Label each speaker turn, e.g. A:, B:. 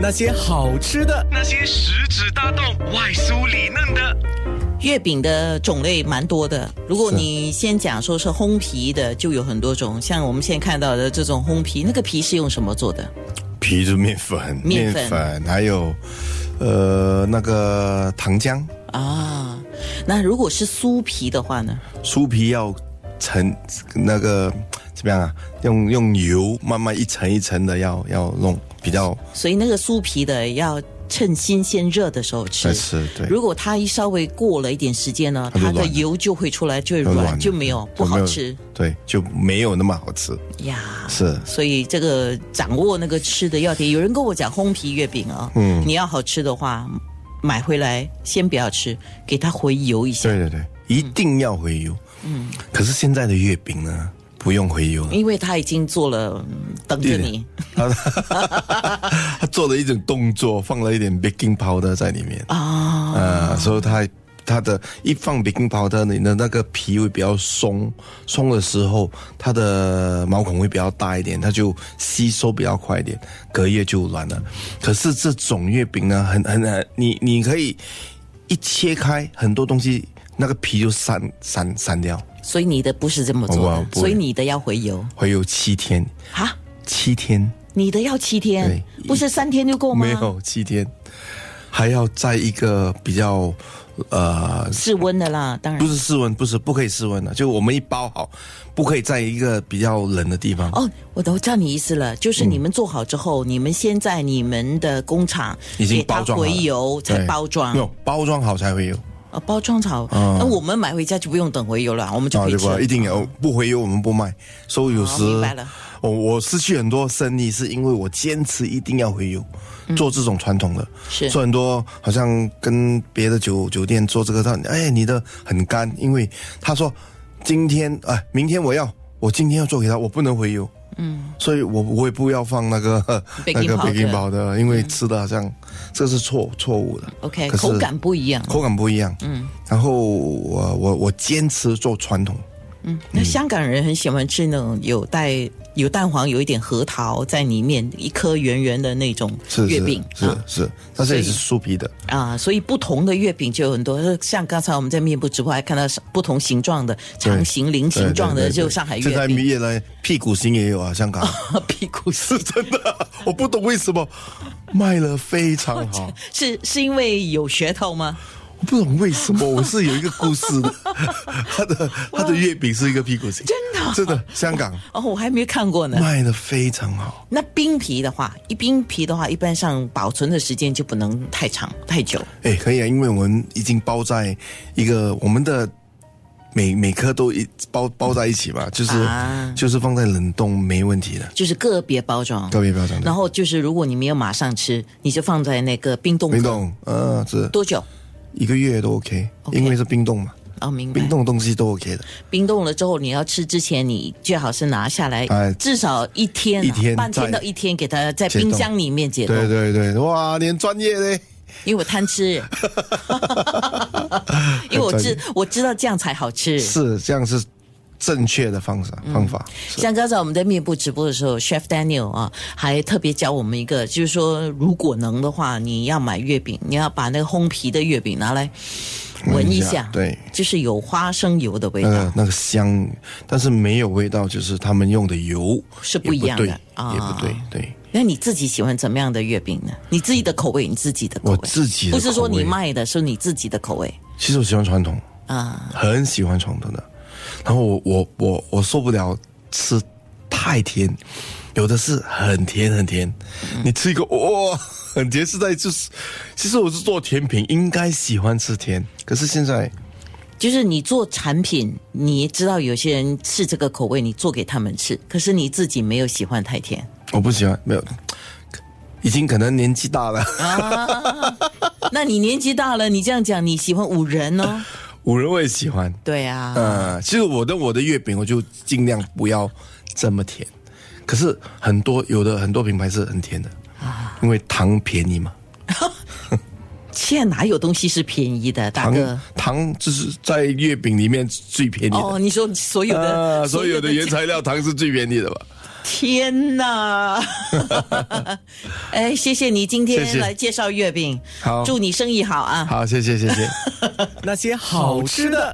A: 那些好吃的，
B: 那些食指大动、外酥里嫩的，
C: 月饼的种类蛮多的。如果你先讲说是烘皮的，就有很多种，像我们现在看到的这种烘皮，那个皮是用什么做的？
D: 皮就是面粉，
C: 面粉
D: 还有呃那个糖浆，
C: 啊，那如果是酥皮的话呢？
D: 酥皮要层那个怎么样啊？用用油慢慢一层一层的要要弄，比较
C: 所以那个酥皮的要趁新鲜热的时候吃。
D: 再吃对
C: 如果它一稍微过了一点时间呢，
D: 它就
C: 它的
D: 软了
C: 油就会出来，就会
D: 要
C: 软，就没有不
D: 就没
C: 好
D: 有
C: 吃，
D: 对，就没有那么好吃，
C: 呀。
D: 是
C: 所以这个掌握那个吃的要点，有人跟我讲烘皮月饼啊，嗯，你要好吃的话，买回来先不要吃，给它回油一下，
D: 对对对，一定要回油。嗯，可是现在的月饼呢，不用回油了，
C: 因为它已经做了，嗯等着你。
D: 他做了一种动作，放了一点 baking powder 在里面
C: 啊，
D: 啊，所以它它的一放 baking powder，你的那个皮会比较松，松的时候它的毛孔会比较大一点，它就吸收比较快一点，隔夜就软了。可是这种月饼呢，很很很，你你可以一切开，很多东西那个皮就散散散掉，
C: 所以你的不是这么做
D: 好
C: 的
D: 哦吧，不
C: 所
D: 会
C: 以你的要回油
D: 会有七天，
C: 哈，
D: 七天。
C: 你的要七天，
D: 对
C: 不是三天就够吗？
D: 没有七天，还要在一个比较呃，
C: 室温的啦，当然
D: 不。是室温，不是不可以室温的，就我们一包好，不可以在一个比较冷的地方。
C: 哦，我都知道你意思了，就是
D: 嗯
C: 你们做好之后，你们先在你们的工厂
D: 已经
C: 给它
D: 包装好
C: 回
D: 了
C: 油，
D: 对
C: 才包装
D: 没。有包装好才会有，啊
C: 哦，包装好，那我们买回家就不用等回油了，我们就
D: 嗯啊，
C: 可以
D: 对
C: 吃
D: 吧？
C: 了。
D: 一定有不回油我们不卖，所以有时、
C: 哦明白了
D: 我我失去很多生意，是因为我坚持一定要回油，
C: 嗯
D: 做这种传统的，
C: 是
D: 做很多好像跟别的酒酒店做这个，他哎你的很干，因为他说今天哎明天我要我今天要做给他，我不能回油，嗯，所以我我也不要放那个那
C: Baking
D: 个
C: powder
D: baking powder，因为吃的好像、这是错错误的
C: OK，
D: 可是
C: 口感不一样。
D: 口感不一样，嗯，然后我我我坚持做传统。
C: 嗯，那香港人很喜欢吃那种有带有蛋黄，有一点核桃在里面，一颗圆圆的那种
D: 是
C: 月饼
D: 是
C: 啊
D: 是，但是也是酥皮的，
C: 啊，所以不同的月饼就有很多，像刚才我们在面部直播还看到不同形状的长形、菱形状
D: 对
C: 的，
D: 对对
C: 就上海
D: 现在
C: 月饼，
D: 越来屁股型也有啊，香港
C: 屁股
D: 是真的， 我不懂为什么卖了非常好，
C: 是是因为有噱头吗？
D: 我不懂为什么，我是有一个故事 的，它的它的月饼是一个屁股型，真的真的，香港
C: 哦，我还没看过呢。
D: 卖的非常好，
C: 那冰皮的话，一冰皮的话，一般上保存的时间就不能太长太久。
D: 哎，可以啊，因为我们已经包在一个我们的。每每颗都一包包在一起嘛，就是、
C: 啊
D: 就是放在冷冻没问题的，
C: 就是个别包装，
D: 个别包装的
C: 然后就是，如果你没有马上吃，你就放在那个冰冻格
D: 冰冻，呃，是
C: 多久？
D: 一个月都 OK，,
C: OK
D: 因为是冰冻嘛，
C: 哦，明白。
D: 冰冻的东西都 OK 的。
C: 冰冻了之后，你要吃之前，你最好是拿下来，
D: 哎
C: 至少一天、啊、
D: 一天
C: 半天
D: 在
C: 到一天，给它在
D: 解冻
C: 冰箱里面解冻。
D: 对对对，哇，你很专业嘞，
C: 因为我贪 吃，因为我知我知道这样才好吃。
D: 是这样是正确的方法、
C: 嗯
D: 方法。是
C: 像刚才我们在面部直播的时候，Chef Daniel 啊，还特别教我们一个，就是说，如果能的话，你要买月饼，你要把那个烘皮的月饼拿来闻一
D: 一
C: 下
D: 下，对嗯
C: 就是有花生油的味道。
D: 那个呃那个香，但是没有味道，就是他们用的油
C: 是不一样的
D: 也不
C: 啊
D: 对，也不对，对。
C: 那你自己喜欢怎么样的月饼呢？你自己的口味，你自己的口味，
D: 我自己的
C: 不是说
D: 口味
C: 你卖的，是你自己的口味
D: 其实我喜欢传统，
C: 啊。
D: 很喜欢传统的，然后我我我我受不了吃太甜，有的是很甜很甜，
C: 嗯
D: 你吃一个哇、很甜是在就是，其实我是做甜品，应该喜欢吃甜，可是现在
C: 就是你做产品，你知道有些人吃这个口味，你做给他们吃，可是你自己没有喜欢太甜。
D: 我不喜欢，没有，已经可能年纪大了，
C: 啊 那你年纪大了，你这样讲，你喜欢五仁哦？
D: 五仁我也喜欢，
C: 对啊，
D: 呃，其实我的我的月饼我就尽量不要这么甜，可是很多有的很多品牌是很甜的，因为糖便宜嘛。
C: 现在哪有东西是便宜的，大哥
D: 糖？糖就是在月饼里面最便宜的。
C: 哦
D: 啊
C: 哦，你说所有的、
D: 啊所有的原材料糖是最便宜的吧？
C: 天哪！哎，谢谢你今
D: 谢
C: 天
D: 谢
C: 来介绍月饼，
D: 好
C: 祝你生意好啊！
D: 好，谢谢谢谢。
A: 那些好吃的。